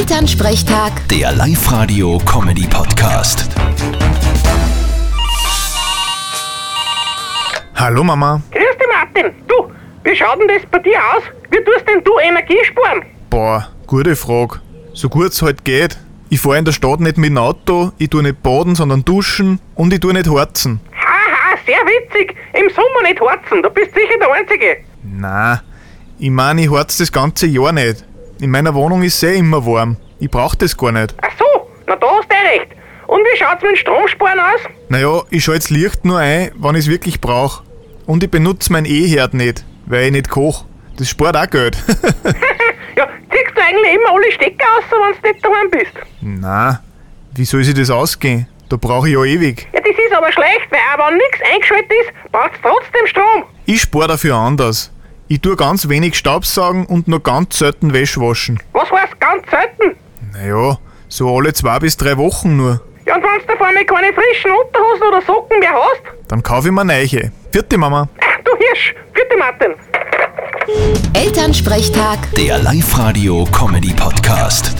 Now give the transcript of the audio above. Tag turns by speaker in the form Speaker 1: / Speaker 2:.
Speaker 1: Elternsprechtag,
Speaker 2: Der Live-Radio-Comedy-Podcast.
Speaker 3: Hallo Mama.
Speaker 4: Grüß dich, Martin. Du, wie schaut denn das bei dir aus? Wie tust denn du Energie sparen?
Speaker 3: Boah, gute Frage. So gut's halt geht. Ich fahre in der Stadt nicht mit dem Auto, ich tu nicht baden, sondern duschen und ich tu nicht harzen.
Speaker 4: Haha, sehr witzig. Im Sommer nicht harzen, du bist sicher der Einzige.
Speaker 3: Na, ich mein, ich harz das ganze Jahr nicht. In meiner Wohnung ist eh immer warm. Ich brauch das gar nicht.
Speaker 4: Ach so, na da hast du eh recht. Und wie schaut's mit dem Stromsparen aus?
Speaker 3: Naja, ich schalte das Licht nur ein, wann ich's wirklich brauch. Und ich benutze mein E-Herd nicht, weil ich nicht koch. Das spart auch Geld.
Speaker 4: ja, ziehst du eigentlich immer alle Stecker aus, wenn du nicht daheim bist?
Speaker 3: Na, wie soll sich das ausgehen? Da brauch ich ja ewig.
Speaker 4: Ja, das ist aber schlecht, weil auch wenn nichts eingeschaltet ist, braucht's trotzdem Strom.
Speaker 3: Ich spare dafür anders. Ich tue ganz wenig Staubsaugen und nur ganz selten Wäsche waschen.
Speaker 4: Was heißt ganz selten?
Speaker 3: Naja, so alle zwei bis drei Wochen nur.
Speaker 4: Ja, und wenn's da vorne keine frischen Unterhosen oder Socken mehr hast?
Speaker 3: Dann kaufe ich mir neiche. Vierte Mama.
Speaker 4: Du Hirsch, bitte Martin.
Speaker 1: Elternsprechtag.
Speaker 2: Der Live-Radio-Comedy-Podcast.